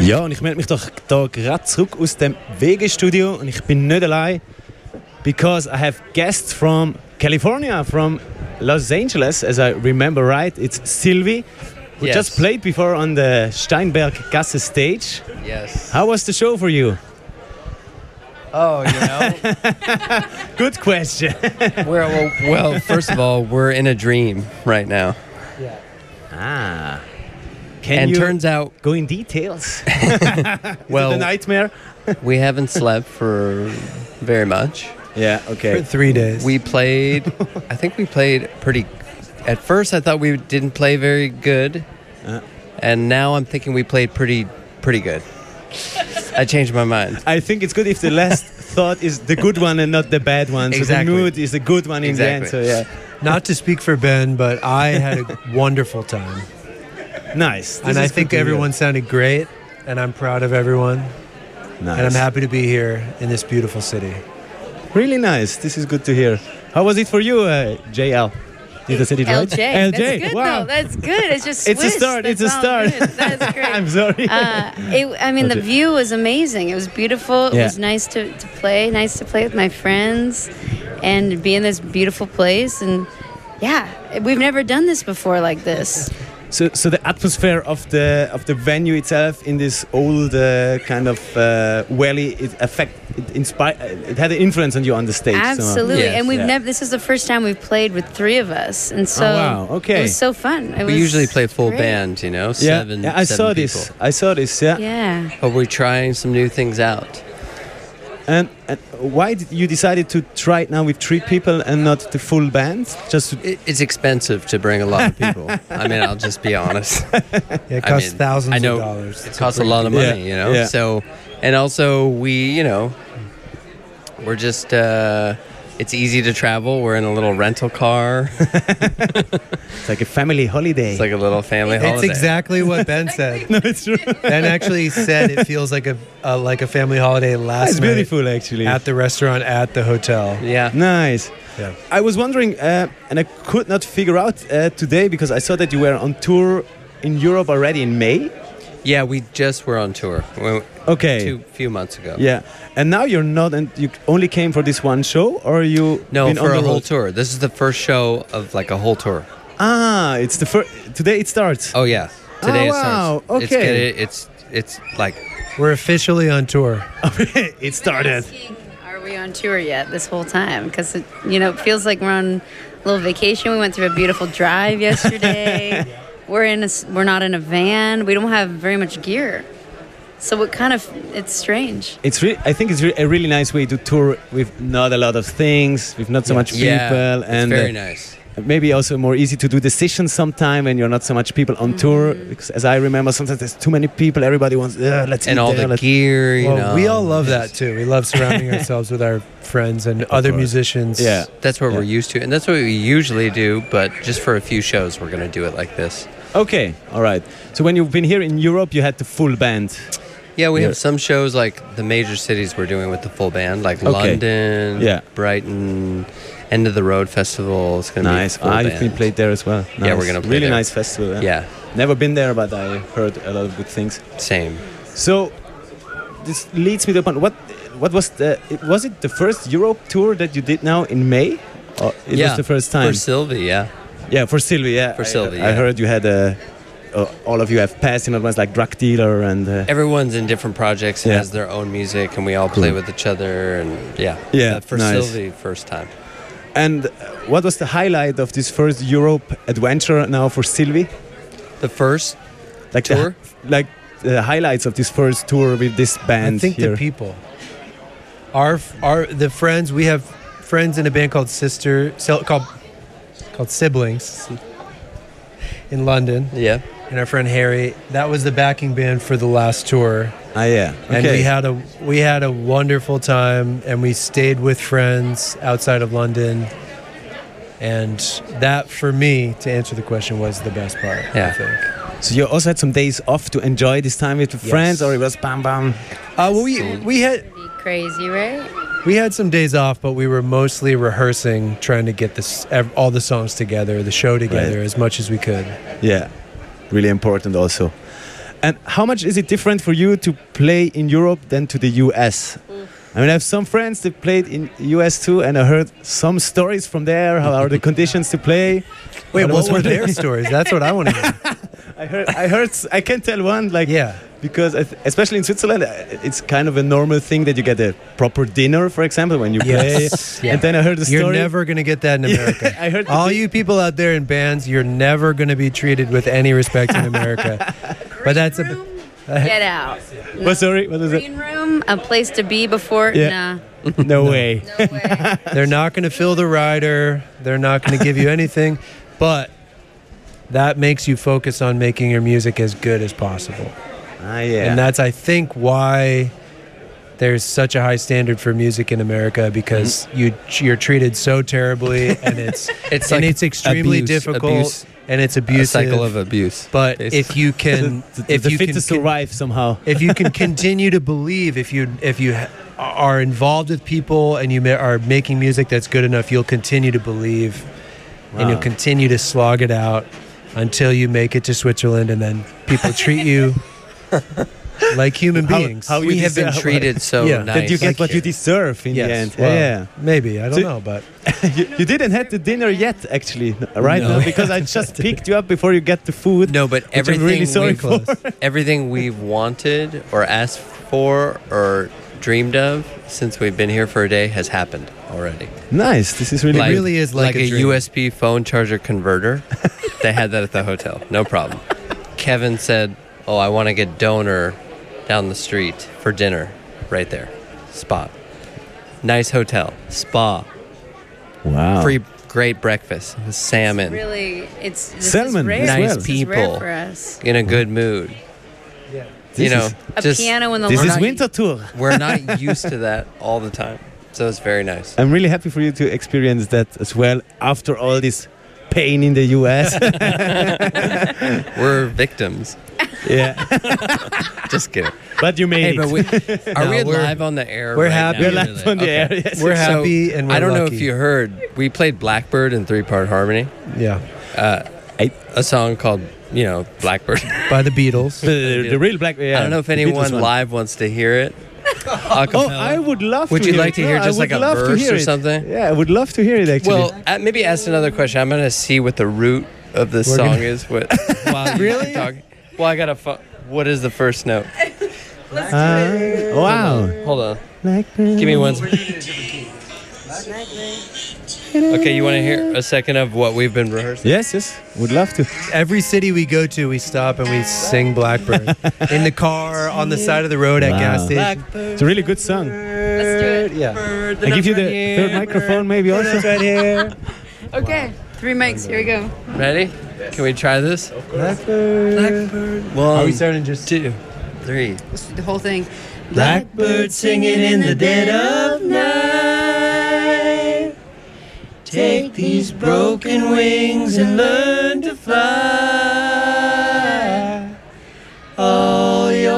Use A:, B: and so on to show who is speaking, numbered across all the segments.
A: Ja, und ich melde mich doch da gerade zurück aus dem Wegestudio und ich bin nicht allein, because I have guests from California, from Los Angeles, as I remember right. It's Sylvie, who
B: Yes.
A: just played before on the Steinberg Gasse stage.
B: Yes.
A: How was the show for you?
B: Oh, you
A: Good question.
B: know, we're, well, well, first of all, we're in a dream right now.
A: ah, can
B: and
A: you
B: turns out, Oh.
A: go in details? the
B: well,
A: nightmare.
B: we haven't slept for very much.
A: Yeah.
C: For
A: Okay.
C: three days.
B: We played, I think we played pretty, at first I thought we didn't play very good.
A: Uh.
B: And now I'm thinking we played pretty, pretty good. I changed my mind.
A: I think it's good if the last thought is the good one and not the bad one.
B: Exactly.
A: So the mood is the good one in the
B: Exactly.
A: end. So yeah.
C: Not to speak for Ben, but I had a wonderful time.
A: Nice. This
C: and I
A: is
C: think
A: good to hear.
C: everyone sounded great, and I'm proud of everyone,
A: Nice.
C: and I'm happy to be here in this beautiful city.
A: Really nice. This is good to hear. How was it for you, uh, JL? Did I say it right?
D: LJ. That's good
A: wow.
D: though. That's good. It's just
A: It's a
D: Swiss.
A: start.
D: That
A: It's a
D: sounds
A: start.
D: good. That's
A: I'm
D: great.
A: sorry.
D: Uh, it, I mean, the
A: Okay.
D: view was amazing. It was beautiful. It
A: Yeah.
D: was nice to, to play. Nice to play with my friends, and be in this beautiful place. And yeah, we've never done this before like this.
A: so, so the atmosphere of the of the venue itself in this old uh, kind of uh, valley, it affect, it inspire, it had an influence on you on the stage. somehow.
D: Absolutely.
B: Yes.
D: and we've
A: Yeah. Oh,
D: never. This is the first time we've played with three of us, and so
A: wow. Okay.
D: it was so fun. It
B: We
D: was
B: usually play full
D: great.
B: band, you know,
A: Yeah,
B: seven.
A: yeah, I
B: seven
A: saw
B: people.
A: this. I saw this. Yeah.
D: Yeah.
B: But we're trying some new things out.
A: And, and why did you decided to try it now with three people and not the full band? Just to
B: It- It's expensive to bring a lot of people. I mean, I'll just be honest.
C: Yeah, it
B: I
C: costs
B: mean,
C: thousands
B: I know
C: of dollars.
B: It costs a lot of money,
A: Yeah,
B: you know.
A: yeah.
B: So, and also we, you know, we're just. uh It's easy to travel. We're in a little rental car.
A: it's like a family holiday.
B: It's like a little family
C: It's
B: holiday.
C: exactly what Ben said.
A: no, it's true.
C: Ben actually said it feels like a, a like a family holiday last
A: It's
C: night
A: beautiful, actually.
C: at the restaurant at the hotel.
B: Yeah.
A: Nice.
C: Yeah.
A: I was wondering, uh, and I could not figure out uh, today because I saw that you were on tour in Europe already in May.
B: Yeah. We just were on tour. We-
A: Okay.
B: Two few months ago.
A: Yeah, and now you're not, and you only came for this one show, or you
B: No,
A: been
B: for
A: on
B: a
A: the
B: whole
A: road?
B: tour. This is the first show of like a whole tour.
A: Ah, it's the first. Today it starts.
B: Oh yeah. Today
A: Oh,
B: it starts.
A: wow.
B: It's
A: Okay.
B: getting- It's, it's like
C: We're officially on tour.
B: Oh.
A: it started.
D: asking, Are we on tour yet this whole time? Because it, you know, it feels like we're on a little vacation. We went through a beautiful drive yesterday. We're in a s we're not in a van. We don't have very much gear, so it kind of it's strange.
A: It's re- I think it's re- a really nice way to tour with not a lot of things, with not so much people,
B: yeah. it's
A: and
B: very
A: uh,
B: nice.
A: maybe also more easy to do decisions sometime when you're not so much people on tour.
B: Mm.
A: Because as I remember, sometimes there's too many people. Everybody wants, "Ugh, let's
B: And
A: eat
B: all
A: there,
B: the
A: let's-"
B: gear. You
C: Well,
B: know.
C: we all
A: um,
C: love that too. We love surrounding ourselves with our friends and other
A: course.
C: musicians.
A: Yeah.
B: That's what
A: Yeah.
B: we're used to, and that's what we usually do. But just for a few shows, we're going to do it like this.
A: Okay, all right. So when you've been here in Europe, you had the full band.
B: Yeah, we
A: Yeah.
B: have some shows like the major cities we're doing with the full band, like London,
A: Yeah.
B: Brighton, End of the Road Festival. It's going to
A: Nice.
B: be full
A: Ah, you've
B: band.
A: been played there as well.
B: Yeah,
A: Nice.
B: we're gonna play
A: really
B: there.
A: nice festival.
B: Yeah,
A: Never been there, but I heard a lot of good things.
B: same.
A: So this leads me to the point. What what was the? It, was it the first Europe tour that you did now in May? Or it
B: yeah,
A: was the first time.
B: for Sylvie. Yeah,
A: Yeah, for Sylvie. Yeah,
B: For
A: I-
B: Sylvie,
A: I
B: yeah.
A: heard you had a. Uh, all of you have passed in advance, like drug dealer and. Uh,
B: everyone's in different projects,
A: Yeah.
B: has their own music, and we all play
A: Cool.
B: with each other. And yeah,
A: Yeah,
B: but for
A: nice.
B: Sylvie, first time.
A: and uh, what was the highlight of this first Europe adventure now for Sylvie?
B: The first
A: Like
B: Tour?
A: the, like the highlights of this first tour with this band
C: I think
A: here.
C: the people, our our the friends we have friends in a band called Sister so- called called Siblings in London,
B: yeah,
C: and our friend Harry. That was the backing band for the last tour,
A: ah, yeah.
C: and
A: Okay.
C: we had a we had a wonderful time, and we stayed with friends outside of London. And that, for me, to answer the question, was the best part. I
B: Yeah.
C: think.
A: so you also had some days off to enjoy this time with your
C: Yes.
A: friends, or it was bam bam.
C: Uh, well, we we had
D: Pretty crazy, right?
C: We had some days off, but we were mostly rehearsing, trying to get this ev- all the songs together, the show together
A: Right.
C: as much as we could.
A: Yeah, really important also. And how much is it different for you to play in Europe than to the US? I mean, I have some friends that played in US too, and I heard some stories from there. How are the conditions to play?
C: Wait,
A: But I
C: what
A: was
C: were
A: wondering-
C: their stories? That's what I want to know.
A: I heard, I heard, s- I can tell one like
C: Yeah.
A: because I th- especially in Switzerland, uh, it's kind of a normal thing that you get a proper dinner, for example, when you
C: Yes.
A: play. And then I heard the
C: You're
A: story.
C: never going to get that in
A: Yeah,
C: America.
A: I heard
C: All
A: the-
C: you people out there in bands, you're never going to be treated with any respect in America. but that's a.
D: Room,
A: Uh,
D: get out. No.
A: What sorry? What was it?
D: Green room, a place to be before.
A: Yeah.
D: Nah,
A: No way.
D: no way.
C: They're not going to fill the rider. They're not going to give you anything. But that makes you focus on making your music as good as possible.
A: Ah, yeah.
C: And that's, I think, why there's such a high standard for music in America because you you're treated so terribly, and it's
B: Mm-hmm. It's
C: and
B: like
C: it's extremely
B: abuse-
C: difficult,
B: abuse-
C: and it's
B: a
C: abusive.
B: cycle of abuse.
C: but
B: It's-
C: if you can,
A: the, the,
C: if
A: the
C: you
A: fit
C: can,
A: to survive somehow.
C: if you can continue to believe, if you if you ha- are involved with people and you ma- are making music that's good enough, you'll continue to believe, and
A: Wow.
C: you'll continue to slog it out until you make it to Switzerland, and then people treat you like human
A: How-
C: beings.
A: how you
B: we have been
A: deserve-
B: treated so
C: Yeah.
B: nice.
A: That you get
B: Like
A: what you
B: here.
A: deserve in the
C: Yes,
A: end.
C: well,
A: Yeah.
C: maybe I don't
A: So-
C: know, but
A: you, you didn't have the dinner yet, actually, right?
C: No.
A: because I just picked you up before you get the food.
B: No, but
A: I'm
B: everything
A: really sorry
B: we've,
A: for.
B: everything we've wanted or asked for or dreamed of since we've been here for a day has happened already.
A: Nice. This is really
C: Like-
A: good.
C: really is like a
B: a,
C: dream.
B: USB phone charger converter. they had that at the hotel. No problem. Kevin said, "Oh, I want to get donor down the street for dinner right there. Spot. Nice hotel. Spa.
A: Wow.
B: Free great breakfast. Salmon.
D: really, it's this
A: Salmon
D: Is rare.
A: as
B: Nice
A: well.
D: This is rare
B: people.
D: for us.
B: In a good mood.
A: This
B: you know,
A: is-
D: A
B: just
D: piano in the
A: This is
D: lobby.
A: winter tour.
B: we're not used to that all the time. So it's very nice.
A: I'm really happy for you to experience that as well after all this pain in the US.
B: We're victims.
A: yeah.
B: Just kidding.
A: But you made it.
B: Hey, but we, are
C: No,
B: we
C: we're-
B: live on the air?
C: we're
B: right
C: happy.
B: now?
A: We're live on the air. Yes.
C: we're
B: So,
C: happy and we're
B: I don't know
C: lucky.
B: if you heard. We played Blackbird in three part harmony,
C: yeah,
B: a song called you know Blackbird.
C: by the Beatles.
A: the, the real black. Yeah,
B: I don't know if
A: the Beatles
B: anyone
A: one.
B: live wants to hear it.
A: Oh, I would love.
B: Would
A: to
B: you
A: hear
B: like
A: it.
B: to hear
A: No, I
B: just
A: would
B: like a
A: love to
B: verse
A: hear
B: or
A: it.
B: something?
A: Yeah, I would love to hear it actually.
B: well, uh, maybe ask another question. I'm gonna see what the root of this
C: We're
B: song
C: gonna-
B: is. What? While really? Talk. Well, I gotta. Fu- what is the first note?
A: Ah, wow.
B: Hold on.
A: Like,
B: Give me one. sec. okay, you want to hear a second of what we've been rehearsing?
A: yes, yes, would love to.
C: Every city we go to, we stop and we sing Blackbird in the car, on the side of the road at
A: Wow.
C: gas station.
A: It's a really good song.
D: Let's do it.
C: Yeah.
A: I give you the third microphone, maybe also. Right here.
D: Okay, three mics. Here we go.
B: Ready? Can we try this? Blackbird. One,
C: Are we starting just
B: two, three.
D: Let's do the whole thing.
C: Blackbird singing in the dead of night. Take these broken wings and learn to fly all your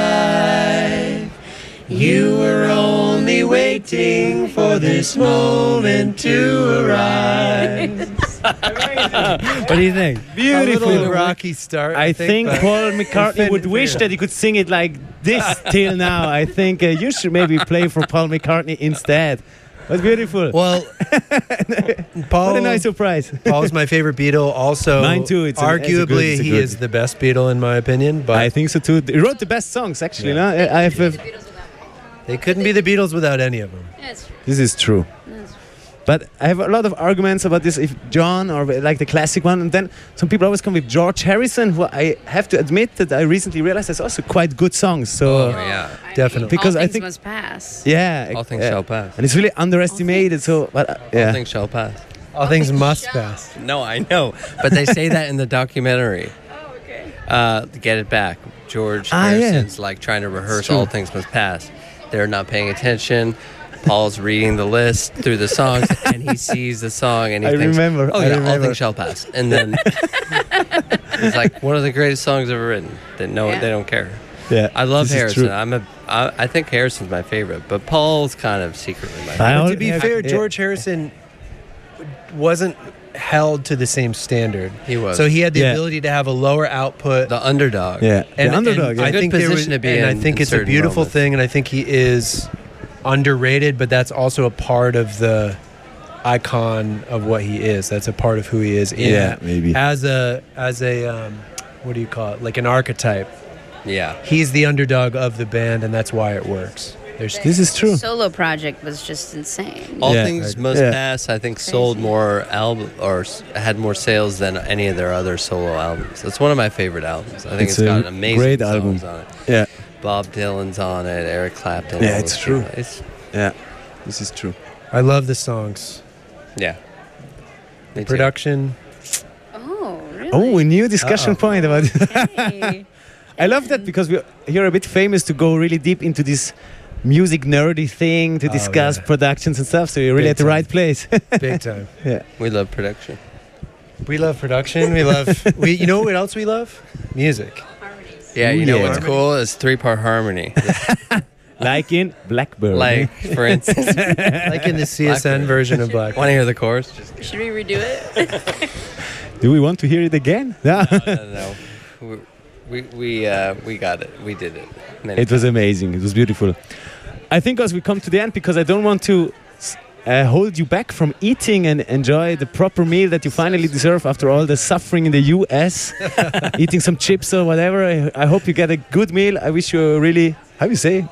C: life. You were only waiting for this moment to arrive.
B: What do you think?
A: Beautiful.
C: rocky start.
A: I think Paul McCartney
C: Offended
A: would wish
C: here.
A: that he could sing it like this till now. I think uh, you should maybe play for Paul McCartney instead. But beautiful.
C: well, Paul.
A: What a nice surprise.
C: Paul's my favorite Beatle. Also,
A: Mine too. It's a-
C: arguably
A: it's a good- it's a
C: he
A: good-
C: is the best Beatle in my opinion. But
A: I think so too. He wrote the best songs actually.
C: Yeah.
A: No, I I have. A,
C: they couldn't be the Beatles without any of them.
D: Yes.
A: this is true. But I have a lot of arguments about this. If John or like the classic one, and then some people always come with George Harrison, who I have to admit that I recently realized has also quite good songs. So
B: Oh, yeah.
D: I mean,
C: Definitely.
A: Because
D: all
A: I
D: things
A: think-
D: must pass.
A: yeah,
B: All things
A: yeah.
B: shall pass.
A: And it's really underestimated. So, but uh,
B: All
A: yeah,
B: things shall pass.
C: All things
D: things
C: must
D: shall.
C: pass.
B: No, I know, but they say that in the documentary.
D: Oh, okay.
B: Uh, get it back. George
A: Ah, yeah.
B: Harrison's like trying to rehearse
A: true.
B: all things must pass. They're not paying attention. Paul's reading the list through the songs, and he sees the song, and he
A: I
B: thinks,
A: remember,
B: "Oh
A: I
B: yeah, all
A: remember."
B: things shall pass." And then it's like one of the greatest songs ever written. That no,
D: Yeah.
B: they don't care.
A: yeah.
B: I love
A: this is
B: Harrison.
A: true.
B: I'm a. I, I think Harrison's my favorite, but Paul's kind of secretly my.
A: I
C: But
A: al-
C: to be
A: yeah,
C: fair,
A: yeah.
C: George Harrison wasn't held to the same standard.
B: He was.
C: So he had the
A: Yeah.
C: ability to have a lower output.
B: The underdog.
A: Yeah.
C: and,
A: the underdog.
C: and I
A: yeah.
B: Good
C: think there
B: position
C: was-
B: to be
C: and
B: in
C: I think
B: in
C: it's a
B: certain
C: beautiful
B: moments.
C: thing, and I think he is underrated, but that's also a part of the icon of what he is. That's a part of who he is. in
A: Yeah,
C: that-
A: maybe.
C: as a as a um, what do you call it? Like an archetype.
B: Yeah.
C: He's the underdog of the band, and that's why it works. There's
A: This is true.
D: Solo project was just insane.
B: All
A: Yeah.
B: Things Must
A: Yeah.
B: Pass, I think, sold more album or s- had more sales than any of their other solo albums. It's one of my favorite albums. I think
A: It's
B: it's got
A: a
B: an amazing
A: great
B: songs
A: album.
B: on it.
A: yeah,
B: Bob Dylan's on it. Eric Clapton.
A: Yeah,
B: all
A: it's
B: those
A: true.
B: people. It's
A: yeah. This is true.
C: I love the songs.
B: yeah. Me too.
C: Production.
D: Oh, really?
A: Oh, a new discussion
C: Uh-oh.
A: point about.
D: Hey.
A: I love that because we, you're a bit famous to go really deep into this music nerdy thing to
C: Oh,
A: discuss
C: yeah.
A: productions and stuff. So you're really
C: Big
A: at the
C: time.
A: right place.
C: Big time.
B: We love production.
C: We love production. We love we you know what else we love? Music.
B: Yeah,
A: Ooh,
B: you know
A: yeah.
B: what's cool is three part harmony.
A: like in Blackbird.
B: like, for instance,
C: Like in the CSN
B: Blackbird.
C: version of Black.
B: want to hear the chorus? Just
D: Should we redo it?
A: Do we want to hear it again? No.
B: no, no, no. We we we, uh, we got it. We did it. Many
A: it was amazing. It was beautiful. I think as we come to the end, because I don't want to s- uh, hold you back from eating and enjoy the proper meal that you finally deserve after all the suffering in the U.S. eating some chips or whatever. I, I hope you get a good meal. I wish you a really how do you say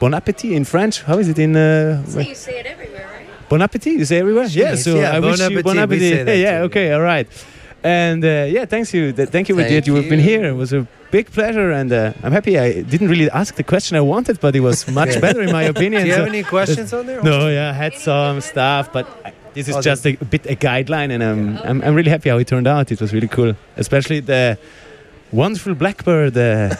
A: bon appetit in French. How is it in uh,
D: you say it everywhere, right?
A: Bon appetit, you say everywhere? Yeah,
C: Yes,
A: so
C: yeah,
A: I
C: bon
A: wish you bon
C: appetit, we
A: appetit.
C: say that
A: yeah,
C: too,
A: okay, all right. And uh, yeah, thanks you. th- thank you
B: Thank
A: that you have been
B: you.
A: here. It was a big pleasure, and uh, I'm happy. I didn't really ask the question I wanted, but it was much
C: Yeah.
A: better in my opinion.
C: Do you
A: so-
C: have any questions on there?
A: no, yeah, I had some stuff, but I, this is
C: Oh,
A: just a bit a guideline, and um, I'm, I'm really happy how it turned out. It was really cool, especially the wonderful Blackbird uh,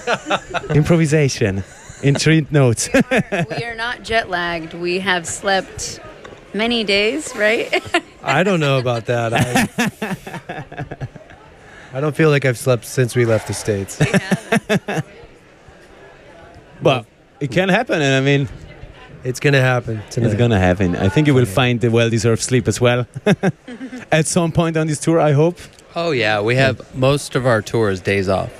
A: improvisation in three notes.
D: we are not jet lagged. We have slept many days, right?
C: I don't know about that. I, I don't feel like I've slept since we left the States.
A: but it can happen, and I mean,
C: It's gonna happen tonight.
A: It's gonna happen. I think you will find the well-deserved sleep as well. At some point on this tour, I hope.
B: Oh yeah, we have most of our tours days off,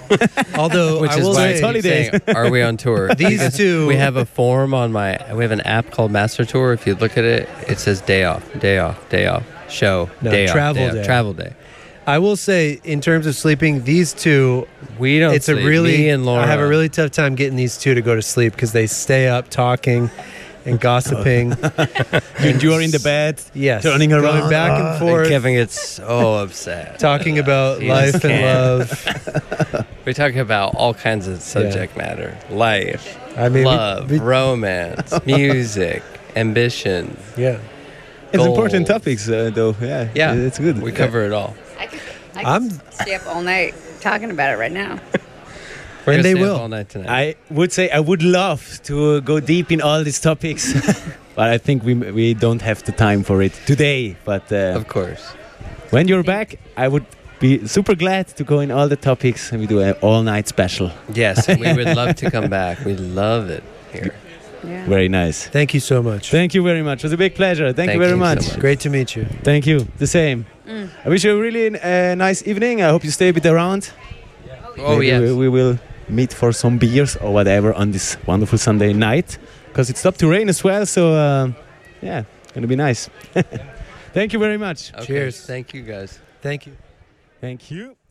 C: Although
B: which
C: I
B: is
C: will
B: why
C: say,
A: it's
B: I keep
A: holidays.
B: saying, are we on tour?
C: these two
B: we have a form on my. We have an app called Master Tour. If you look at it, it says day off, day off, day off, show,
C: No,
B: day
C: travel
B: off,
C: day.
B: off, travel day.
C: I will say in terms of sleeping, these two
B: We don't.
C: it's a
B: sleep.
C: really
B: Me and Laura.
C: I have a really tough time getting these two to go to sleep because they stay up talking and gossiping.
A: You, you are in the bed,
C: yes,
A: turning
C: going
A: around
C: back and
B: Uh, And
C: forth,
B: Kevin gets so upset.
C: talking about
B: He
C: life
B: just
C: and
B: can't.
C: love.
B: We talk about all kinds of subject matter: life,
C: I mean, we-
B: love,
C: we-
B: romance, music, ambition.
C: yeah.
A: It's important
B: Goals.
A: topics, uh, though. Yeah,
B: Yeah,
A: it's good.
B: We cover it all.
D: I could, I could
C: I'm-
D: stay up all night talking about it right now.
B: We're
C: And
B: gonna
C: they
B: stay up
C: will.
B: all night tonight.
A: I would say I would love to uh, go deep in all these topics, but I think we we don't have the time for it today. But uh,
B: of course.
A: when you're back, I would be super glad to go in all the topics, and we do an all-night special.
B: Yes, and we would love to come back. We love it here.
D: Yeah.
A: Very nice.
C: Thank you so much.
A: Thank you very much. It was a big pleasure. Thank, you
B: Thank
A: very
B: you so
A: much.
B: much.
C: Great to meet you.
A: Thank you. The same.
B: Mm.
A: I wish you a really uh, nice evening. I hope you stay a bit around.
B: Oh
A: Maybe
B: yes.
A: we, we will meet for some beers or whatever on this wonderful Sunday night because it stopped to rain as well. So uh, yeah, gonna be nice. Thank you very much.
B: Okay,
C: Cheers.
B: Thank you guys.
C: Thank you.
A: Thank you.